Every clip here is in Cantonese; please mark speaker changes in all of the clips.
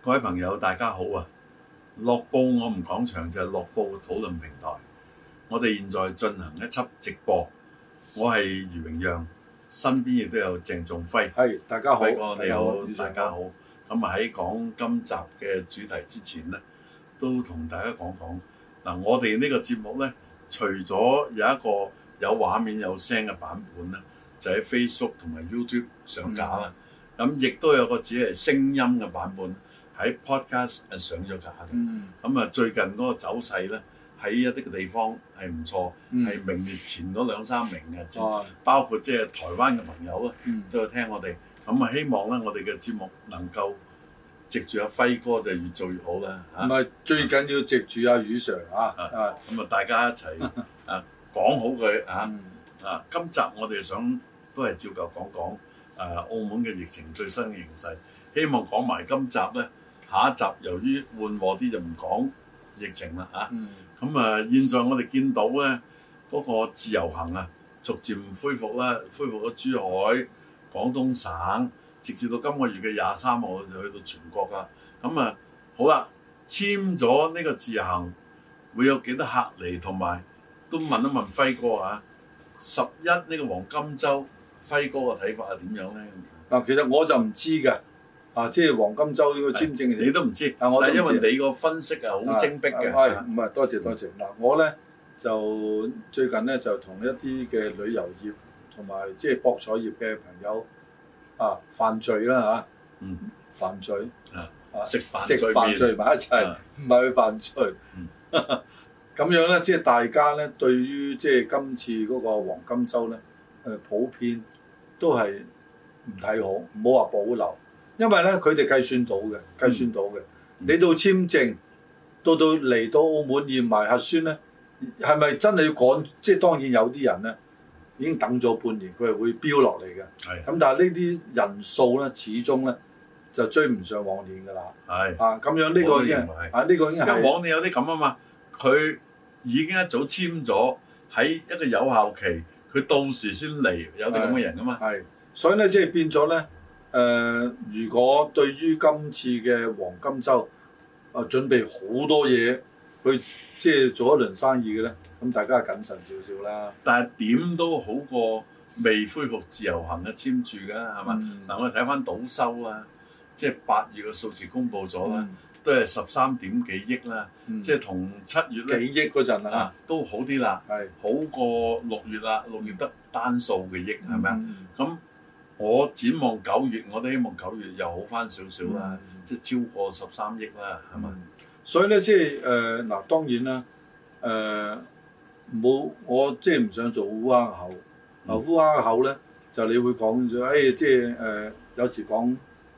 Speaker 1: 各位朋友，大家好啊！樂報我們講場就係樂報討論平台，我哋現在進行一輯直播。我係余榮讓，身邊亦都有鄭仲輝。
Speaker 2: 係，大家好，
Speaker 1: 輝哥你好，大家
Speaker 2: 好。
Speaker 1: 好。咁啊喺講今集嘅主題之前咧，都同大家講講嗱，我哋呢個節目咧，除咗有一個有畫面有聲嘅版本咧，就喺 Facebook 同埋 YouTube 上架啦。
Speaker 2: 嗯
Speaker 1: 咁亦都有個只係聲音嘅版本喺 Podcast 係上咗架嘅。
Speaker 2: 嗯，
Speaker 1: 咁啊，最近嗰個走勢咧，喺一啲嘅地方係唔錯，
Speaker 2: 嗯
Speaker 1: 係名列前嗰兩三名嘅，
Speaker 2: 啊，
Speaker 1: 包括即係台灣嘅朋友啊。
Speaker 2: 嗯，
Speaker 1: 都有聽我哋，咁啊希望咧我哋嘅節目能夠藉住阿輝哥就越做越好啦嚇，
Speaker 2: 唔係最緊要藉住阿余 Sir 啊，
Speaker 1: 啊
Speaker 2: 啊，
Speaker 1: 咁啊大家一 齊啊講好佢嚇
Speaker 2: 嗯
Speaker 1: 啊！今集我哋想都係照舊講講誒澳門嘅疫情最新嘅形勢，希望講埋今集咧，下一集由於緩和啲就唔講疫情啦嚇。
Speaker 2: 嗯，
Speaker 1: 咁啊，現在我哋見到咧嗰、個自由行啊，逐漸恢復啦，恢復咗珠海、廣東省，直至到今個月嘅廿三號就去到全國啦。咁啊，好啦，簽咗呢個自由行會有幾多客嚟，同埋都問一問輝哥啊，十一呢個黃金周，輝哥嘅睇法係點樣咧？
Speaker 2: 嗱，其實我就唔知嘅，啊，即係黃金周呢個簽證
Speaker 1: 你都唔知，
Speaker 2: 啊我都
Speaker 1: 但
Speaker 2: 唔
Speaker 1: 係
Speaker 2: 知
Speaker 1: 因為你個分析係好精闢嘅，
Speaker 2: 啊
Speaker 1: 嗯
Speaker 2: 係唔係？多謝多謝。嗱，我咧就最近咧就同一啲嘅旅遊業同埋即係博彩業嘅朋友啊犯罪啦嚇，
Speaker 1: 嗯，
Speaker 2: 犯罪
Speaker 1: 啊
Speaker 2: 啊
Speaker 1: 食飯
Speaker 2: 食
Speaker 1: 罪
Speaker 2: 飯
Speaker 1: 面
Speaker 2: 聚埋一齊
Speaker 1: 啊，
Speaker 2: 唔係去犯罪
Speaker 1: 嗯。
Speaker 2: 咁樣咧，即係大家咧對於即係今次嗰個黃金周咧，誒普遍都係唔睇好，唔好話保留，因為咧佢哋計算到嘅，計算到嘅。
Speaker 1: 嗯
Speaker 2: 你到簽證，到到嚟到澳門驗埋核酸咧，係咪真係要趕？即係當然有啲人咧已經等咗半年，佢係會飆落嚟嘅。
Speaker 1: 係
Speaker 2: 咁但係呢啲人數咧，始終咧就追唔上往年㗎啦。
Speaker 1: 係。
Speaker 2: 啊，咁樣呢個已
Speaker 1: 我都認
Speaker 2: 經
Speaker 1: 為
Speaker 2: 啊，呢個已經
Speaker 1: 因為
Speaker 2: 係
Speaker 1: 往年有啲咁啊嘛，佢已經一早簽咗喺一個有效期，佢到時先嚟，有啲咁嘅人噶嘛。
Speaker 2: 係，所以咧即係變咗咧誒，如果對於今次嘅黃金周啊，準備好多嘢去即係做一輪生意嘅咧，咁大家係謹慎少少啦。
Speaker 1: 但係點都好過未恢復自由行嘅簽注㗎，係嘛？
Speaker 2: 嗯
Speaker 1: 嗱、我哋睇翻賭收啊，即係八月嘅數字公布咗啦，
Speaker 2: 嗯
Speaker 1: 都係十三點幾億啦，
Speaker 2: 嗯
Speaker 1: 啊即係同七月咧
Speaker 2: 幾億嗰陣啦
Speaker 1: 啊，都好啲啦，
Speaker 2: 係
Speaker 1: 好過六月啦，六月得單數嘅億係咪啊？
Speaker 2: 嗯
Speaker 1: 咁我展望九月，我都希望九月又好翻少少啦。
Speaker 2: 嗯
Speaker 1: 即係超過十三億啦，係嘛？
Speaker 2: 所以咧，即係誒嗱，當然啦，誒冇我即係唔想做烏鴉口。
Speaker 1: 嗯
Speaker 2: 啊嗱，烏鴉口咧就你會講咗，誒、哎即係誒、呃有時講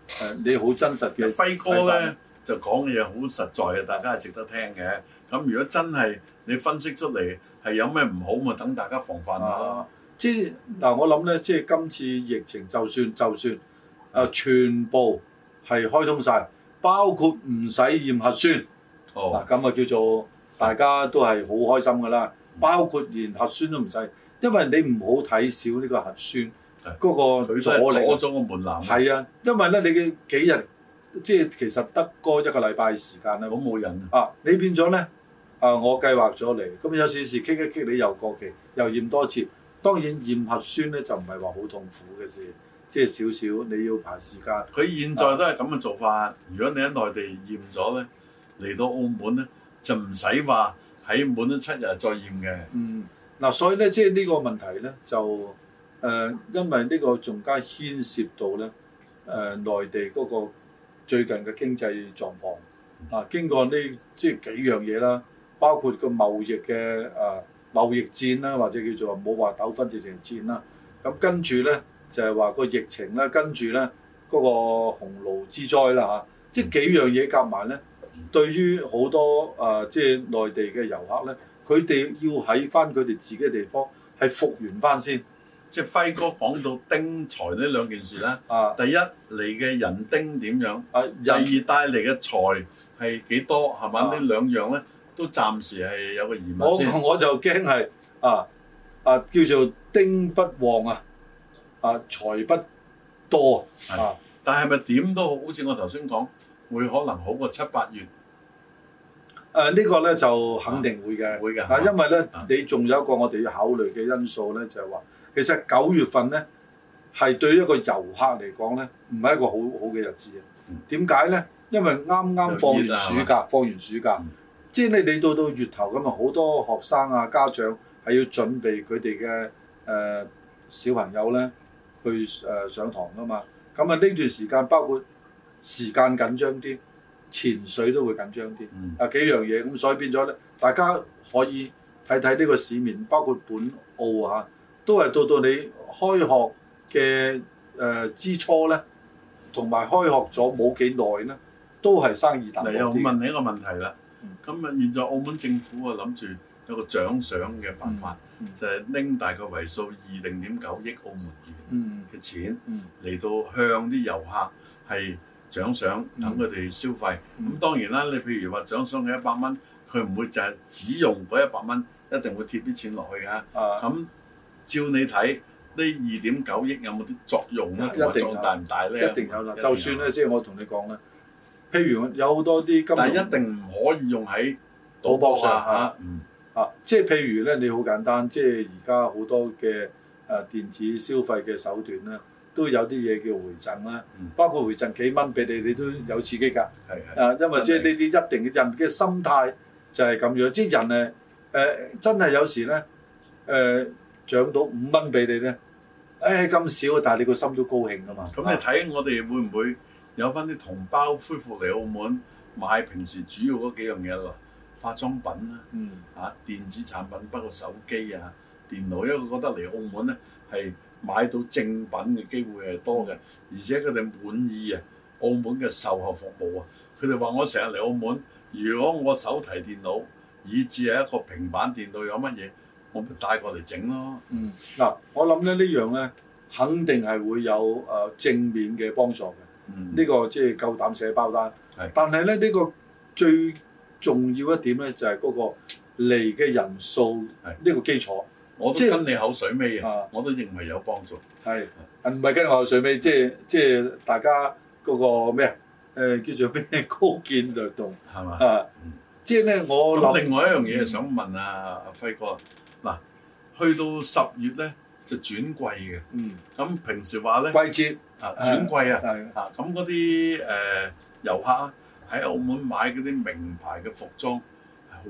Speaker 2: 誒、你好真實嘅
Speaker 1: 輝哥咧就講嘅嘢好實在嘅，大家係值得聽嘅。咁如果真係你分析出嚟係有咩唔好，咪等大家防範下咯。
Speaker 2: 啊，即係嗱，我諗咧，即係今次疫情就算就算誒、啊全部係開通晒，包括唔使驗核酸。嗱
Speaker 1: 哦，
Speaker 2: 咁啊叫做大家都係好開心噶啦，包括連核酸都唔使，因為你唔好睇少呢個核酸
Speaker 1: 係
Speaker 2: 嗰個
Speaker 1: 佢
Speaker 2: 阻
Speaker 1: 都係
Speaker 2: 力。啊
Speaker 1: 阻咗個門檻，
Speaker 2: 係啊，因為咧你嘅幾日，即係其實得嗰一個禮拜時間啦
Speaker 1: 好。冇癮啊！
Speaker 2: 啊，你變咗咧啊，我計劃咗嚟，咁有時時棘一棘你又過期，又驗多次。當然驗核酸咧就唔係話好痛苦嘅事，即係少少你要排時間。
Speaker 1: 佢現在都係咁嘅做法。如果你喺內地驗咗咧，嚟到澳門咧就唔使話喺滿咗七日再驗嘅。
Speaker 2: 嗯，嗱，所以咧，即係呢個問題咧，就誒、呃因為呢個仲加牽涉到咧誒、呃，內地嗰個最近嘅經濟狀況啊，經過呢即係幾樣嘢啦，包括個貿易嘅誒、呃、貿易戰啦，或者叫做冇話糾紛，直情係戰啦。咁跟住咧就係話個疫情啦，跟住咧嗰個洪爐之災啦嚇、即係幾樣嘢夾埋咧，對於好多誒、呃即係內地嘅遊客咧。佢哋要喺翻佢哋自己嘅地方係復原翻先
Speaker 1: 即係輝哥講到丁財呢兩件事啦。
Speaker 2: 啊！
Speaker 1: 第一嚟嘅人丁點樣？
Speaker 2: 啊
Speaker 1: 第二
Speaker 2: 人
Speaker 1: 帶嚟嘅財係幾多係嘛？
Speaker 2: 啊
Speaker 1: 呢兩樣咧都暫時係有個疑問
Speaker 2: 我
Speaker 1: 先。
Speaker 2: 我就驚係啊啊叫做丁不旺啊，啊財不多
Speaker 1: 係
Speaker 2: 啊，
Speaker 1: 但係咪點都好，好似我頭先講，會可能好過七八月
Speaker 2: 誒啊呢個咧就肯定會嘅。
Speaker 1: 會嘅。
Speaker 2: 啊，因為咧
Speaker 1: 啊，
Speaker 2: 你仲有一個我哋要考慮嘅因素咧，就係話，其實九月份咧係對一個遊客嚟講咧，唔係一個好好嘅日子啊
Speaker 1: 嗯。
Speaker 2: 點解咧？因為啱啱
Speaker 1: 又
Speaker 2: 放
Speaker 1: 熱啊係嘛
Speaker 2: 完暑假，放完暑假
Speaker 1: 嗯，
Speaker 2: 即係你你到到月頭咁啊，好多學生啊、家長係要準備佢哋嘅誒小朋友咧去誒、呃上堂噶嘛。咁啊，呢段時間包括時間緊張啲，潛水都會緊張啲。
Speaker 1: 嗯
Speaker 2: 啊幾樣嘢，咁所以變咗咧，大家可以睇睇呢個市面，包括本澳啊，都係到到你開學嘅誒、呃之初咧，同埋開學咗冇幾耐咧，都係生意淡薄
Speaker 1: 嗱，又
Speaker 2: 啲嘅。
Speaker 1: 問你一個問題啦
Speaker 2: 嗯。
Speaker 1: 咁啊，現在澳門政府啊諗住有個獎賞嘅辦法，
Speaker 2: 嗯嗯
Speaker 1: 就係拎大概為數二零點九億澳門元
Speaker 2: 嗯
Speaker 1: 嘅錢
Speaker 2: 嗯
Speaker 1: 嚟到向啲遊客係獎賞，
Speaker 2: 嗯
Speaker 1: 等佢哋消費。咁
Speaker 2: 嗯
Speaker 1: 當然啦，你譬如話獎賞佢一百蚊，佢唔會就係只用嗰一百蚊，一定會貼啲錢落去㗎。
Speaker 2: 啊，
Speaker 1: 咁照你睇，呢二點九億有冇啲作用咧？
Speaker 2: 一定
Speaker 1: 同埋
Speaker 2: 有
Speaker 1: 作用大唔大咧？
Speaker 2: 一定有啦。
Speaker 1: 一
Speaker 2: 就算咧，
Speaker 1: 有，
Speaker 2: 即係我同你講咧，譬如有好多啲金
Speaker 1: 但
Speaker 2: 融
Speaker 1: 係一定唔可以用喺賭博上
Speaker 2: 賭博啊
Speaker 1: 嚇。嗯
Speaker 2: 啊，即係譬如咧，你好簡單，即係而家好多嘅誒、呃、電子消費嘅手段咧，都有啲嘢叫回贈啦，
Speaker 1: 嗯
Speaker 2: 包括回贈幾蚊俾你，你都有刺激㗎。
Speaker 1: 係係
Speaker 2: 啊，因為即係呢啲一定嘅人嘅心態就係咁樣，即係人誒誒、呃真係有時咧誒、呃、漲到五蚊俾你咧，誒咁少，但係你個心都高興㗎嘛。
Speaker 1: 咁你睇我哋會唔會有翻啲同胞恢復嚟澳門買平時主要嗰幾樣嘢啦？化妝品啊啦，
Speaker 2: 嗯
Speaker 1: 嚇電子產品，包括手機啊、電腦，因為佢覺得嚟澳門咧係買到正品嘅機會係多嘅，而且佢哋滿意啊澳門嘅售後服務啊。佢哋話我成日嚟澳門，如果我手提電腦以至係一個平板電腦有乜嘢，我咪帶過嚟整咯。
Speaker 2: 嗯，嗱，我諗咧呢樣咧肯定係會有誒、呃正面嘅幫助嘅。
Speaker 1: 嗯，
Speaker 2: 呢個即係夠膽寫包單
Speaker 1: 係。
Speaker 2: 但係咧，呢個最重要一點咧，就係嗰個嚟嘅人數
Speaker 1: 係
Speaker 2: 呢個基礎
Speaker 1: 我
Speaker 2: 即
Speaker 1: 都
Speaker 2: 係
Speaker 1: 跟你口水尾啊
Speaker 2: 啊，
Speaker 1: 我都認為有幫助。
Speaker 2: 係啊唔係跟我水尾，即係即係大家嗰個咩啊？誒叫做咩高見略同
Speaker 1: 係嘛？
Speaker 2: 啊
Speaker 1: 嗯！
Speaker 2: 即係咧，我
Speaker 1: 咁
Speaker 2: 諗嗯
Speaker 1: 另外一樣嘢想問啊，阿輝哥，嗱，去到十月咧就轉季嘅，
Speaker 2: 嗯
Speaker 1: 咁平時話咧
Speaker 2: 季節
Speaker 1: 啊轉季啊，
Speaker 2: 係
Speaker 1: 啊咁嗰啲誒遊客啊喺澳門買嗰啲名牌嘅服裝係好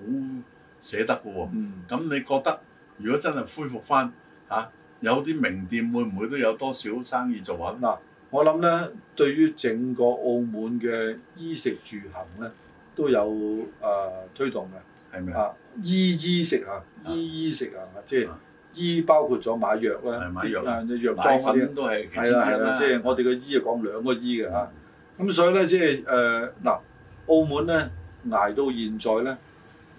Speaker 1: 捨得嘅喎，
Speaker 2: 嗯
Speaker 1: 咁你覺得如果真係恢復翻嚇，有啲名店會唔會都有多少生意做啊？
Speaker 2: 嗱，我諗咧，對於整個澳門嘅衣食住行咧，都有誒、呃推動嘅。
Speaker 1: 係咪啊？
Speaker 2: 啊，醫醫食啊，
Speaker 1: 啊
Speaker 2: 醫醫食啊，即係
Speaker 1: 啊
Speaker 2: 醫包括咗買藥啦，
Speaker 1: 係買藥
Speaker 2: 啊，藥
Speaker 1: 奶
Speaker 2: 妝嗰啲啊，
Speaker 1: 粉都係其中
Speaker 2: 係
Speaker 1: 一
Speaker 2: 啦係
Speaker 1: 啦嗯
Speaker 2: 啦，，即係我哋嘅醫啊講兩個醫嘅嚇。咁所以咧，即係誒嗱，澳門咧捱到現在咧，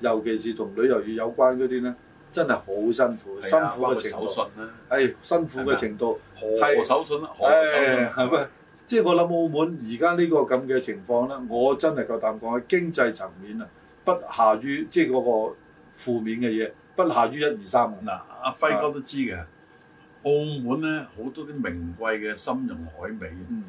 Speaker 2: 尤其是同旅遊業有關嗰啲咧，真係好辛苦，辛
Speaker 1: 係啊
Speaker 2: 苦
Speaker 1: 包括
Speaker 2: 嘅程
Speaker 1: 手
Speaker 2: 度，
Speaker 1: 信啦，
Speaker 2: 係辛苦
Speaker 1: 啊
Speaker 2: 嘅程度，
Speaker 1: 何手信啦，何手信
Speaker 2: 誒哎係咪？即係我諗澳門而家呢個咁嘅情況咧，我真係夠膽講喺經濟層面啊，不下於即係嗰個負面嘅嘢，不下於一二三五。
Speaker 1: 嗱，阿輝哥都知嘅，澳門咧好多啲名貴嘅參茸海味，
Speaker 2: 嗯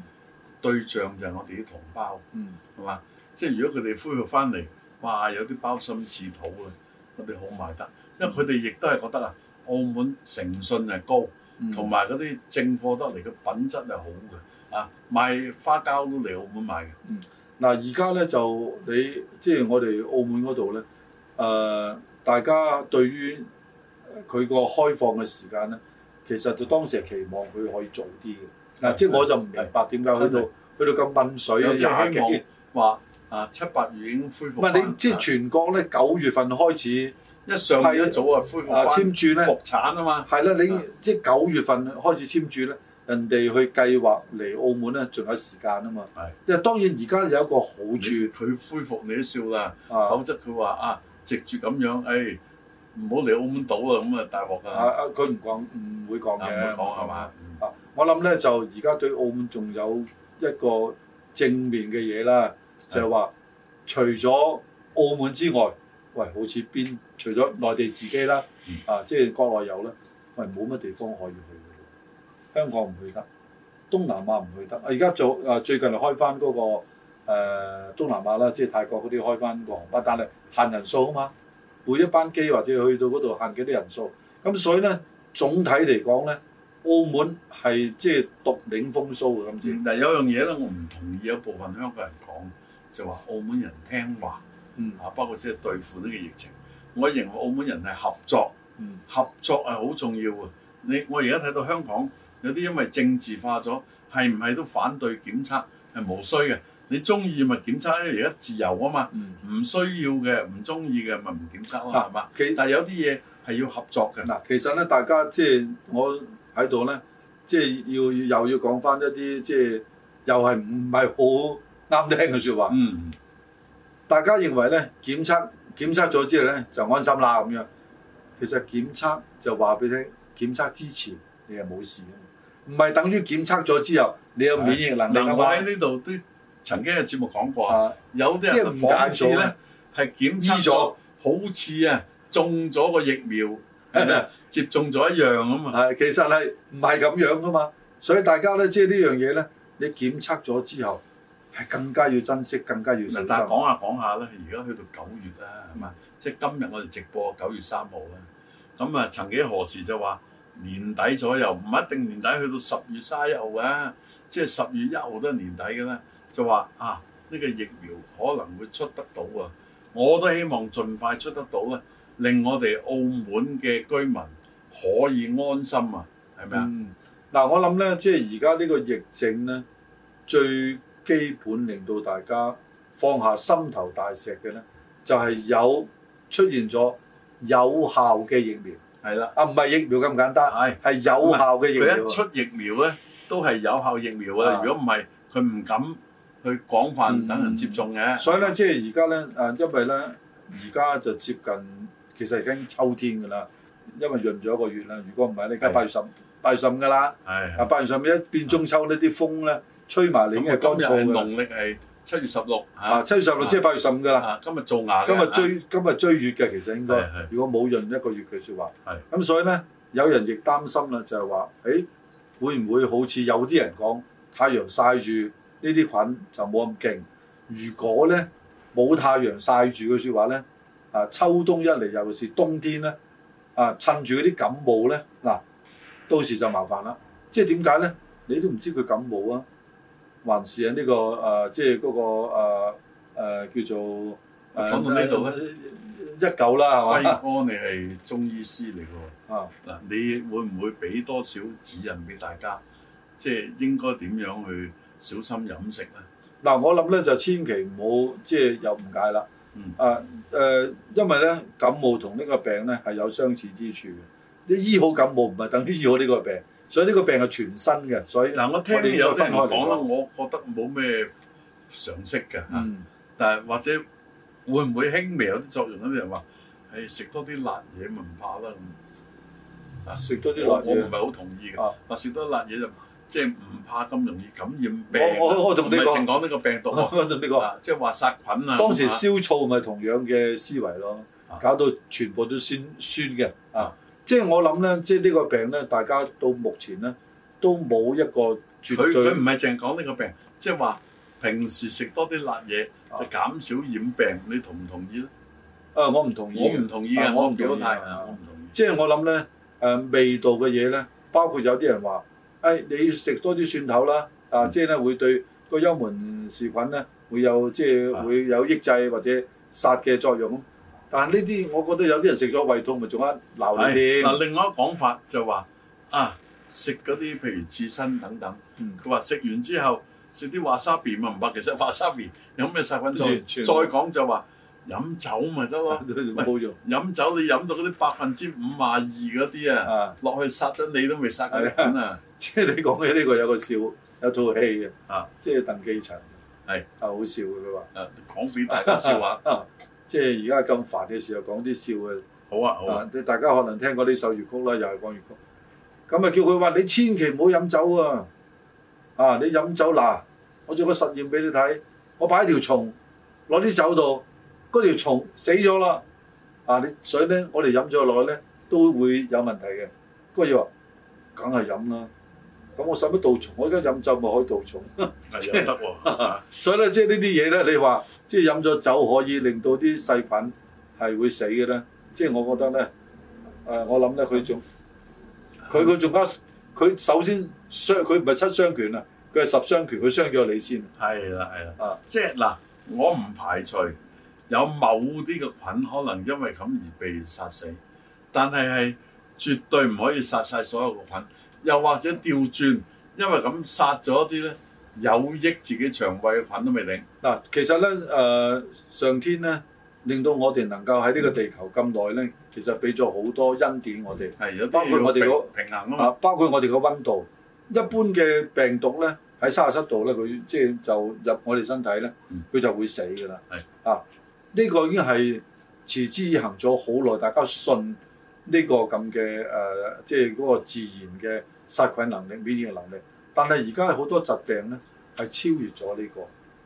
Speaker 1: 對象就係我哋啲同胞，
Speaker 2: 嗯
Speaker 1: 係嘛？即係如果佢哋恢復翻嚟，哇！有啲鮑參翅肚啊，我哋好賣得，因為佢哋亦都係覺得啊，澳門誠信係高，
Speaker 2: 嗯
Speaker 1: 同埋嗰啲正貨得嚟嘅品質係好嘅，啊，賣花膠都嚟澳門買嘅，
Speaker 2: 嗱，而家咧就你即係我哋澳門嗰度咧，誒、大家對於佢個開放嘅時間咧，其實就當時係期望佢可以早啲嘅。嗱，即係我就唔明白點解去
Speaker 1: 真係
Speaker 2: 到去到咁濛水
Speaker 1: 有
Speaker 2: 啊，
Speaker 1: 啲
Speaker 2: 廿
Speaker 1: 希
Speaker 2: 幾
Speaker 1: 望話啊七八月已經恢
Speaker 2: 唔
Speaker 1: 復
Speaker 2: 係
Speaker 1: 翻，
Speaker 2: 啊你即係全國咧九月份開始
Speaker 1: 一上
Speaker 2: 係
Speaker 1: 嚟
Speaker 2: 啊
Speaker 1: 一早啊恢復
Speaker 2: 啊簽
Speaker 1: 翻
Speaker 2: 注咧，
Speaker 1: 復產啊嘛。
Speaker 2: 係啦，
Speaker 1: 啊
Speaker 2: 你即係九月份開始簽注咧，人哋去計劃嚟澳門咧，仲有時間啊嘛
Speaker 1: 係。
Speaker 2: 因為當然而家有一個好
Speaker 1: 住
Speaker 2: 處
Speaker 1: 佢恢復你都笑啦，
Speaker 2: 啊
Speaker 1: 否則佢話啊，藉住咁樣，誒唔好嚟澳門島啊，咁啊大鑊
Speaker 2: 啊
Speaker 1: 啊，
Speaker 2: 啊佢唔講唔會講
Speaker 1: 唔好
Speaker 2: 嘅，
Speaker 1: 講係嘛？
Speaker 2: 啊，我諗咧就而家對澳門仲有一個正面嘅嘢啦，就係話除咗澳門之外，喂，好似邊除咗內地自己啦
Speaker 1: 嗯，
Speaker 2: 啊，即係國內有啦，喂冇乜地方可以去嘅咯，香港唔去得，東南亞唔去得。啊而家做啊最近就開翻嗰、個誒、呃、東南亞啦，即係泰國嗰啲開翻個航班，但係限人數啊嘛，每一班機或者去到嗰度限幾多人數，咁所以咧總體嚟講咧，澳門係即係獨領風騷嘅今次，
Speaker 1: 嗱有樣嘢咧，我唔同意有部分香港人講，就話澳門人聽話
Speaker 2: 嗯
Speaker 1: 啊，包括即係對付呢個疫情。我認為澳門人係合作，
Speaker 2: 嗯
Speaker 1: 合作係好重要嘅。你我而家睇到香港有啲因為政治化咗，係唔係都反對檢測係無需嘅？你中意咪檢測，因為而家自由啊嘛，
Speaker 2: 嗯，
Speaker 1: 唔需要嘅，唔中意嘅咪唔檢測咯，
Speaker 2: 啊
Speaker 1: 係嘛？
Speaker 2: 其
Speaker 1: 但係有啲嘢係要合作嘅。
Speaker 2: 嗱，其實咧，大家即係我喺度咧，即係要又要講翻一啲即係又係唔係好啱聽嘅説話。
Speaker 1: 嗯，
Speaker 2: 大家認為咧檢測檢測咗之後咧就安心啦咁樣，其實檢測就話俾你聽，檢測之前你係冇事嘅，唔係等於檢測咗之後你有免疫能力
Speaker 1: 嗱，
Speaker 2: 啊
Speaker 1: 我
Speaker 2: 嘛
Speaker 1: 喺。呢度都曾經嘅節目講過啊。
Speaker 2: 啊，
Speaker 1: 有啲人嘅仿似咧係檢
Speaker 2: 醫
Speaker 1: 測
Speaker 2: 咗
Speaker 1: 咗，好似啊中咗個疫 苗，係啊接種咗一樣咁啊。
Speaker 2: 係其實係唔係咁樣噶嘛？所以大家咧，即係呢樣嘢咧，你檢測咗之後係更加要珍惜，更加要小
Speaker 1: 嗱
Speaker 2: 心。
Speaker 1: 但係講下講下咧，而家去到九月啦，係嘛？即係今日我哋直播九月三號啦。咁啊，曾幾何時就話年底左右，唔一定年底去到十月卅一號嘅，即係十月一號都係年底嘅啦。就話啊，呢、個疫苗可能會出得到啊！我都希望盡快出得到咧，令我哋澳門嘅居民可以安心啊，係咪啊？
Speaker 2: 嗯，嗱，我諗咧，即係而家呢個疫症咧，最基本令到大家放下心頭大石嘅咧，就係、有出現咗有效嘅疫苗
Speaker 1: 係啦、
Speaker 2: 啊，唔係疫苗咁簡單，
Speaker 1: 係
Speaker 2: 係有效嘅疫
Speaker 1: 啊佢
Speaker 2: 苗
Speaker 1: 一
Speaker 2: 啊。
Speaker 1: 出疫苗咧，都係有效疫苗啊！
Speaker 2: 啊
Speaker 1: 如果唔係，佢唔敢去廣泛
Speaker 2: 嗯
Speaker 1: 等人接種嘅。
Speaker 2: 所以咧，即係而家咧，啊，因為咧，而家就接近，其實已經秋天㗎啦，因為潤咗一個月啦。如果唔係咧，而家
Speaker 1: 係
Speaker 2: 八月十八月十五㗎啦，
Speaker 1: 係
Speaker 2: 啊，八月十五一變中秋呢啲風咧吹埋你已經係乾
Speaker 1: 咁今
Speaker 2: 燥
Speaker 1: 日係
Speaker 2: 㗎啦。
Speaker 1: 農曆係七月十六
Speaker 2: 啊，
Speaker 1: 嚇，
Speaker 2: 七月十六即係八月十五㗎啦。
Speaker 1: 啊今日做牙嘅
Speaker 2: 今日追今日追月嘅，其實應該
Speaker 1: 係係，
Speaker 2: 如果冇潤一個月嘅説話，
Speaker 1: 係
Speaker 2: 咁所以咧，有人亦擔心啦，就係話，誒會唔會好似有啲人講太陽曬住呢啲菌就冇咁勁？如果咧冇太陽曬住嘅説話咧，啊秋冬一嚟，尤其是冬天咧，啊趁住嗰啲感冒咧，嗱、到時就麻煩啦。即係點解咧？你都唔知佢感冒啊，還是係呢、個誒、呃即係嗰、個誒、呃呃叫做誒
Speaker 1: 講到呢度咧
Speaker 2: 一九啦，
Speaker 1: 輝
Speaker 2: 係嘛
Speaker 1: 哥，你係中醫師嚟㗎
Speaker 2: 啊？
Speaker 1: 喎，嗱，你會唔會俾多少指引俾大家？即係應該點樣去小心飲食咧？
Speaker 2: 嗱，我諗咧就千祈唔好即係有誤解啦。
Speaker 1: 嗯
Speaker 2: 啊誒、因為咧感冒同呢個病咧係有相似之處嘅。你醫好感冒唔係等於醫好呢個病，所以呢個病係全身嘅。所以
Speaker 1: 嗱，我聽
Speaker 2: 我哋應該
Speaker 1: 有啲人
Speaker 2: 分開嚟
Speaker 1: 講啦，
Speaker 2: 講
Speaker 1: 我覺得冇咩常識㗎嚇。
Speaker 2: 嗯
Speaker 1: 但係或者會唔會輕微有啲作用咧？啲人話：，誒食多啲辣嘢咪唔怕啦咁。
Speaker 2: 啊食多啲
Speaker 1: 我
Speaker 2: 落
Speaker 1: 我唔
Speaker 2: 嘢。
Speaker 1: 係好同意嘅
Speaker 2: 啊，
Speaker 1: 話食多辣嘢就即係唔怕咁容易感染病啊。
Speaker 2: 我我我同你
Speaker 1: 唔係
Speaker 2: 講
Speaker 1: 淨講呢個病毒
Speaker 2: 我
Speaker 1: 喎
Speaker 2: 我同你講，
Speaker 1: 啊，即係話殺菌啊。
Speaker 2: 當時
Speaker 1: 咁啊
Speaker 2: 燒醋咪同樣嘅思維咯
Speaker 1: 啊，
Speaker 2: 搞到全部都酸酸嘅啊
Speaker 1: 啊！
Speaker 2: 即係我諗咧，即係呢個病咧，大家到目前咧都冇一個絕
Speaker 1: 佢佢
Speaker 2: 對
Speaker 1: 唔係淨講呢個病，即係話平時食多啲辣嘢
Speaker 2: 啊
Speaker 1: 就減少染病。你同唔同意咧？
Speaker 2: 啊，我唔同意
Speaker 1: 我
Speaker 2: 嘅。
Speaker 1: 唔同意
Speaker 2: 啊
Speaker 1: 嘅，
Speaker 2: 我
Speaker 1: 我
Speaker 2: 唔
Speaker 1: 唔
Speaker 2: 同
Speaker 1: 表
Speaker 2: 意
Speaker 1: 態
Speaker 2: 啊
Speaker 1: 啊，我唔同意。
Speaker 2: 即係我諗咧，誒、味道嘅嘢咧，包括有啲人話，誒、你食多啲蒜頭啦，啊，
Speaker 1: 嗯
Speaker 2: 即係咧會對個幽門氏菌咧會有即係
Speaker 1: 啊
Speaker 2: 會有抑制或者殺嘅作用。但係呢啲我覺得有啲人食咗胃痛咪仲一
Speaker 1: 係
Speaker 2: 鬧你添。
Speaker 1: 嗱，另外一個講法就話啊，食嗰啲譬如刺身等等。
Speaker 2: 嗯
Speaker 1: 佢話食完之後食啲 wasabi 咪唔怕，其實 wasabi 有咩殺菌作用？
Speaker 2: 完全
Speaker 1: 再講就話飲酒咪得咯，
Speaker 2: 冇用
Speaker 1: 飲酒你飲到嗰啲百分之五啊二嗰啲啊，
Speaker 2: 啊！
Speaker 1: 落去殺咗你都未 殺佢菌啊！
Speaker 2: 即係你講起呢個有個笑，有套戲嘅，
Speaker 1: 啊，
Speaker 2: 即係鄧寄塵，
Speaker 1: 係
Speaker 2: 啊好笑嘅佢話，
Speaker 1: 誒啊講俾大家笑 話，
Speaker 2: 啊，即係而家咁煩嘅時候講啲笑嘅。
Speaker 1: 好啊好啊，
Speaker 2: 啊！大家可能聽過呢首粵曲啦，又係講粵曲。咁啊，叫佢話你千祈唔好飲酒啊！啊，你飲酒嗱，我做個實驗俾你睇，我擺條蟲攞啲酒度，嗰條蟲死咗啦。啊，你所以咧，我哋飲咗落去咧都會有問題嘅。個嘢話梗係飲啦。咁我使乜杜蟲？我而家飲酒咪可以杜蟲。
Speaker 1: 係又得 喎，
Speaker 2: 所以咧，即係呢啲嘢咧，你話即係飲咗酒可以令到啲細菌係會死嘅咧，即係我覺得咧，誒、我諗咧佢仲佢佢仲加佢首先傷佢唔係七傷拳啊，佢係十傷拳，佢傷咗你先
Speaker 1: 係啦係啦。
Speaker 2: 啊，
Speaker 1: 即係嗱，我唔排除有某啲嘅菌可能因為咁而被殺死，但係係絕對唔可以殺晒所有嘅菌，又或者調轉，因為咁殺咗啲咧有益自己腸胃嘅菌都未定。
Speaker 2: 嗱，其實咧誒、上天咧令到我哋能夠喺呢個地球咁耐咧，其實俾咗好多恩典我哋。
Speaker 1: 係有
Speaker 2: 包
Speaker 1: 啲
Speaker 2: 括我哋嗰
Speaker 1: 要平平衡啊嘛。
Speaker 2: 啊，包括我哋嘅温度，一般嘅病毒咧喺三十七度咧，佢即係就入我哋身體咧
Speaker 1: 嗯，
Speaker 2: 佢就會死㗎啦。
Speaker 1: 係
Speaker 2: 啊，呢、個已經係持之以恒咗好耐，大家信呢個咁嘅誒，即係嗰個自然嘅殺菌能力、免疫能力。但係而家好多疾病咧係超越咗呢、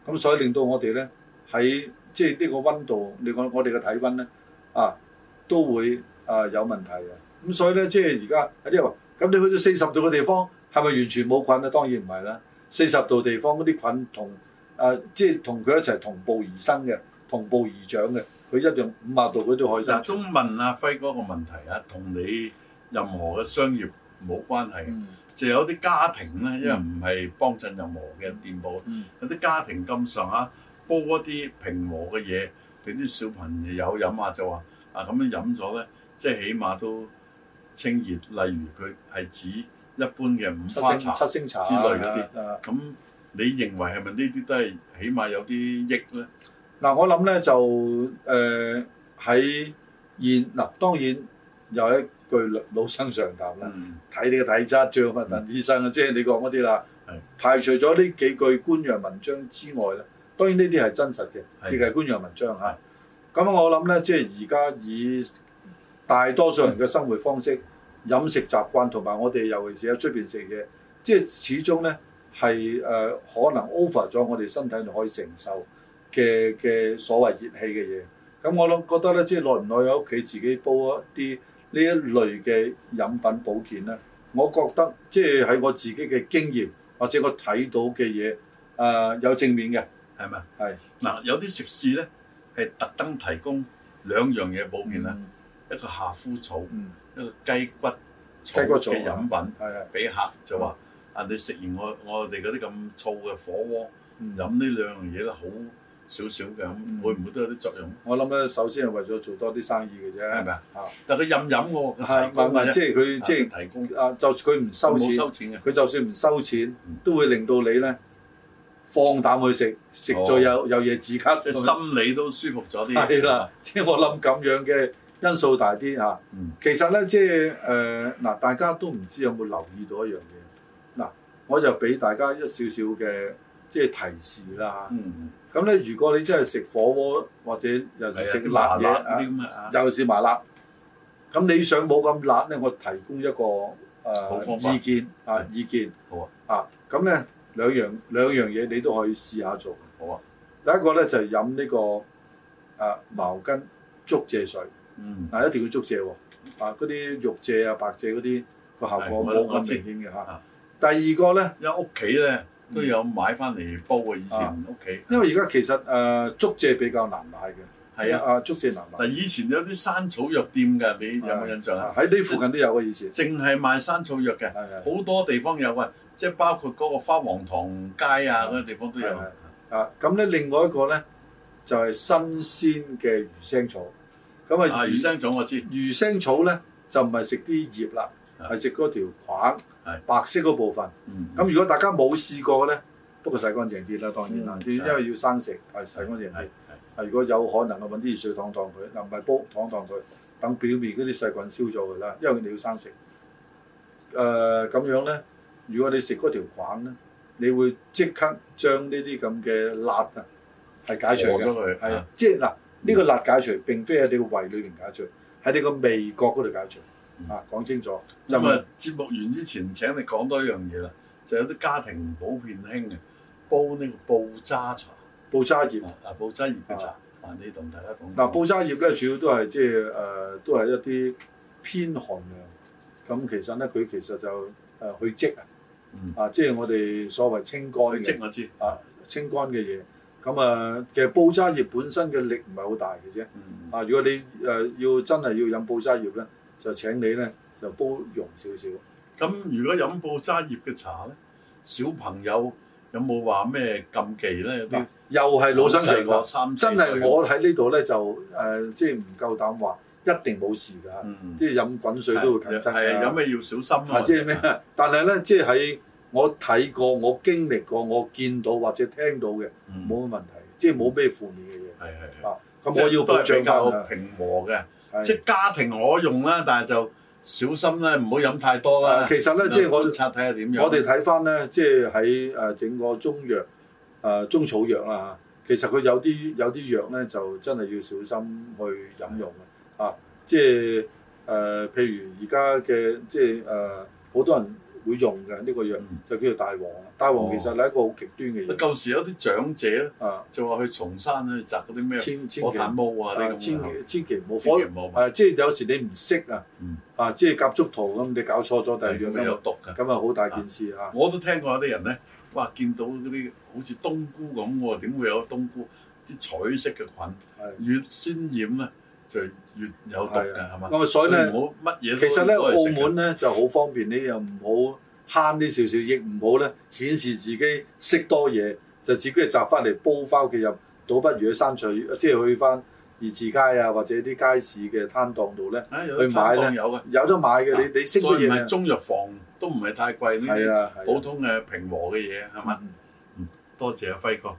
Speaker 2: 個，咁所以令到我哋咧喺即係呢個温度，你講我哋嘅體温咧啊都會啊、有問題嘅。咁所以咧，即係而家有啲人話，咁你去到四十度嘅地方係咪完全冇菌咧？啊當然唔係啦，四十度地方嗰啲菌同啊、即係同佢一齊同步而生嘅，同步而長嘅，佢一樣五啊度佢都可以生
Speaker 1: 嗱，
Speaker 2: 存。
Speaker 1: 中問阿輝哥個問題啊，同你任何嘅商業冇關係嘅。
Speaker 2: 嗯
Speaker 1: 就有啲家庭咧，因為唔係幫襯任何嘅店鋪，
Speaker 2: 嗯
Speaker 1: 有啲家庭咁上下煲一啲平和嘅嘢俾啲小朋友飲下就話啊咁樣飲咗咧，即係起碼都清熱。例如佢係指一般嘅
Speaker 2: 七
Speaker 1: 五花
Speaker 2: 星
Speaker 1: 茶，
Speaker 2: 七星茶
Speaker 1: 之類嗰啲
Speaker 2: 啊啊
Speaker 1: 咁你認為係咪呢啲都係起碼有啲益咧？
Speaker 2: 嗱，我諗咧就誒喺、現嗱，當然有一句老老生常談啦，
Speaker 1: 嗯，
Speaker 2: 睇你嘅體質，最好問問醫生啊，即係你講嗰啲啦
Speaker 1: 係。
Speaker 2: 排除咗呢幾句官樣文章之外咧，當然呢啲係真實嘅，
Speaker 1: 係
Speaker 2: 亦係官樣文章嚇。咁啊我諗咧，即係而家以大多數人嘅生活方式、飲食習慣同埋我哋尤其是喺出邊食嘢，即係始終咧係誒呃可能 over 咗我哋身體可以承受嘅嘅所謂熱氣嘅嘢。咁我諗覺得咧，即係耐唔耐喺屋企自己煲一啲呢一類嘅飲品保健咧，我覺得即係喺我自己嘅經驗或者我睇到嘅嘢，誒、啊有正面嘅，
Speaker 1: 係咪？
Speaker 2: 係
Speaker 1: 嗱，有啲食肆咧係特登提供兩樣嘢保健啦，一個夏枯草，
Speaker 2: 嗯，
Speaker 1: 一個雞骨草
Speaker 2: 雞骨草啊
Speaker 1: 嘅飲品。
Speaker 2: 係係，
Speaker 1: 俾客就話：啊，你食完我我哋嗰啲咁燥嘅火鍋，
Speaker 2: 嗯
Speaker 1: 飲呢兩樣嘢咧好少少嘅，
Speaker 2: 嗯
Speaker 1: 咁會唔會都有啲作用？
Speaker 2: 我諗咧，首先係為咗做多啲生意嘅啫，
Speaker 1: 係咪啊
Speaker 2: 啊？
Speaker 1: 但佢任飲喎，佢
Speaker 2: 係
Speaker 1: 提供
Speaker 2: 唔
Speaker 1: 嘅
Speaker 2: 係
Speaker 1: 啫
Speaker 2: 即係佢
Speaker 1: 啊
Speaker 2: 即係
Speaker 1: 佢提供，
Speaker 2: 啊，就算佢唔收
Speaker 1: 冇
Speaker 2: 錢，
Speaker 1: 收錢嘅。
Speaker 2: 佢就算唔收錢
Speaker 1: 嗯，
Speaker 2: 都會令到你咧放膽去食，食咗
Speaker 1: 哦
Speaker 2: 有有嘢止咳，
Speaker 1: 即係心理都舒服咗啲，
Speaker 2: 係啦，即係我諗咁樣嘅因素大啲嚇。
Speaker 1: 嗯
Speaker 2: 其實咧，即係誒嗱，大家都唔知有冇留意到一樣嘢。嗱，我就俾大家一少少嘅即係提示啦
Speaker 1: 嗯，
Speaker 2: 嚇。咁咧，如果你真係食火鍋或者又
Speaker 1: 係
Speaker 2: 是
Speaker 1: 啊
Speaker 2: 食
Speaker 1: 啲
Speaker 2: 辣
Speaker 1: 麻
Speaker 2: 嘢
Speaker 1: 辣嗰啲
Speaker 2: 啊，
Speaker 1: 咁啊，
Speaker 2: 又是麻辣，咁你想冇咁辣咧，我提供一個
Speaker 1: 好方
Speaker 2: 誒
Speaker 1: 法
Speaker 2: 意見啊
Speaker 1: 係
Speaker 2: 意見。
Speaker 1: 好
Speaker 2: 啊，咁咧兩樣兩樣嘢你都可以試下做。
Speaker 1: 好啊，
Speaker 2: 第一個咧就係飲呢個啊茅根竹蔗水，
Speaker 1: 嗯，
Speaker 2: 啊一定要竹蔗喎，啊嗰啲玉蔗啊白蔗嗰啲個效
Speaker 1: 係
Speaker 2: 果
Speaker 1: 我
Speaker 2: 冇
Speaker 1: 我知
Speaker 2: 咁明顯嘅嚇
Speaker 1: 啊。
Speaker 2: 第二個咧，
Speaker 1: 因為屋企咧都有買翻嚟煲嘅，以前
Speaker 2: 啊
Speaker 1: 屋企
Speaker 2: 因為而家其實誒竹蔗比較難買嘅，
Speaker 1: 係啊。
Speaker 2: 啊竹蔗難買
Speaker 1: 嗱，，以前有啲山草藥店㗎，你有冇印象啊？
Speaker 2: 啊喺呢附近都有嘅以前，
Speaker 1: 淨係賣山草藥嘅。
Speaker 2: 係係。
Speaker 1: 好多地方有啊，即係包括嗰個花王堂街啊嗰啲地方都有。
Speaker 2: 係係啊，咁咧另外一個咧就係、新鮮嘅魚腥草，咁
Speaker 1: 啊，
Speaker 2: 啊
Speaker 1: 魚
Speaker 2: 魚
Speaker 1: 生種我知，
Speaker 2: 魚腥草咧就唔係食啲葉啦，
Speaker 1: 啊
Speaker 2: 係食嗰條梗
Speaker 1: 係
Speaker 2: 白色嗰部分。
Speaker 1: 嗯，
Speaker 2: 咁如果大家冇試過嘅咧，不過洗乾淨啲啦，當然啦，
Speaker 1: 嗯
Speaker 2: 啲因為要生食，係洗
Speaker 1: 係
Speaker 2: 乾淨
Speaker 1: 係
Speaker 2: 啲。啊，如果有可能，我揾啲熱水燙燙佢，嗱唔係煲燙燙佢，等表面嗰啲細菌燒咗佢啦，因為你要生食。誒、咁樣咧，如果你食嗰條菌咧，你會即刻將呢啲咁嘅辣啊係解除
Speaker 1: 餓
Speaker 2: 嘅，
Speaker 1: 咗佢嗯
Speaker 2: 係
Speaker 1: 係
Speaker 2: 啊即係嗱呢個辣解除並非喺你個胃裏邊解除，喺你個味覺嗰度解除。啊，講清楚就唔
Speaker 1: 嗯咁
Speaker 2: 係
Speaker 1: 啊，節目完之前請你講多一樣嘢啦，就有啲家庭普遍興嘅煲呢個布渣茶
Speaker 2: 布渣葉。
Speaker 1: 啊啊，布渣葉嘅茶啊，你同大家講
Speaker 2: 嗱，
Speaker 1: 講。
Speaker 2: 呃布渣葉咧，主要都係即係誒，都係一啲偏寒涼咁其實咧佢其實就誒去積啊
Speaker 1: 嗯，
Speaker 2: 啊即係我哋所謂清乾
Speaker 1: 佢
Speaker 2: 嘅
Speaker 1: 積我知，
Speaker 2: 啊清乾嘅嘢。咁啊，其實布渣葉本身嘅力唔係好大嘅啫。
Speaker 1: 嗯，
Speaker 2: 啊，如果你誒、呃要真係要飲布渣葉咧，就請你咧就煲溶少少。
Speaker 1: 咁如果飲布渣葉嘅茶咧，小朋友有冇話咩禁忌咧？有啲
Speaker 2: 又係老生常
Speaker 1: 個
Speaker 2: 談，
Speaker 1: 三四
Speaker 2: 真
Speaker 1: 歲
Speaker 2: 係我喺呢度咧就誒、呃即係唔夠膽話一定冇事㗎，
Speaker 1: 嗯，
Speaker 2: 即係飲滾水都會近身
Speaker 1: 係
Speaker 2: 㗎
Speaker 1: 有咩要小心
Speaker 2: 啊，
Speaker 1: 啊？
Speaker 2: 即係咩？但係咧，即係喺我睇過、我經歷過、我見到或者聽到嘅，
Speaker 1: 嗯？
Speaker 2: 冇乜問題，即係冇咩負面嘅嘢。
Speaker 1: 係係係
Speaker 2: 啊，咁我要
Speaker 1: 都嗯
Speaker 2: 保
Speaker 1: 係
Speaker 2: 障
Speaker 1: 比較
Speaker 2: 翻
Speaker 1: 平和嘅，
Speaker 2: 啊。
Speaker 1: 即
Speaker 2: 係
Speaker 1: 係家庭可用啦，但係就小心啦，唔好飲太多啦
Speaker 2: 啊。其實咧，
Speaker 1: 嗯
Speaker 2: 即係我
Speaker 1: 觀察睇下點樣。
Speaker 2: 我哋睇翻咧，即係喺誒整個中藥誒、呃中草藥啦嚇，其實佢有啲有啲藥咧就真係要小心去飲用嘅啊，即係誒、呃譬如而家嘅即係誒好多人會用嘅呢、個藥
Speaker 1: 嗯
Speaker 2: 就叫做大黃啊，大黃其實係一個好極端嘅藥
Speaker 1: 舊時有啲長者咧，
Speaker 2: 啊，
Speaker 1: 就話去松山去摘嗰啲咩
Speaker 2: 千千祈
Speaker 1: 火炭
Speaker 2: 啊
Speaker 1: 毛啊啲咁
Speaker 2: 千
Speaker 1: 嘅
Speaker 2: 祈千祈唔好
Speaker 1: 千
Speaker 2: 火
Speaker 1: 祈唔好買
Speaker 2: 誒，即係有時你唔識啊
Speaker 1: 嗯，
Speaker 2: 啊即係夾竹桃咁，你搞錯咗第二樣
Speaker 1: 咁有
Speaker 2: 咁
Speaker 1: 毒㗎。
Speaker 2: 咁啊好大件事啊！
Speaker 1: 我都聽過有啲人咧，哇！見到嗰啲好似冬菇咁喎，點會有冬菇啲彩色嘅菌？
Speaker 2: 係
Speaker 1: 越鮮豔咧，就越有毒㗎，
Speaker 2: 係
Speaker 1: 係嘛？
Speaker 2: 咁啊，所以咧。
Speaker 1: 唔好乜嘢都
Speaker 2: 其實咧，
Speaker 1: 攞嚟食㗎
Speaker 2: 澳門咧就好方便，你又唔好慳呢少少，亦唔好咧顯示自己識多嘢，就自己集翻嚟煲翻屋企飲，倒不如去山菜，即係去翻二字街啊，或者啲街市嘅攤檔度咧
Speaker 1: 啊，有
Speaker 2: 去
Speaker 1: 啲
Speaker 2: 買咧
Speaker 1: 攤檔有嘅，
Speaker 2: 有得買
Speaker 1: 啊
Speaker 2: 嘅。你你識
Speaker 1: 再
Speaker 2: 乜
Speaker 1: 唔
Speaker 2: 嘢
Speaker 1: 係
Speaker 2: 啊？
Speaker 1: 中藥房都唔係太貴呢
Speaker 2: 係
Speaker 1: 啲
Speaker 2: 啊，係啊
Speaker 1: 普通嘅平和嘅嘢係嘛？？多謝阿輝哥。
Speaker 2: 嗯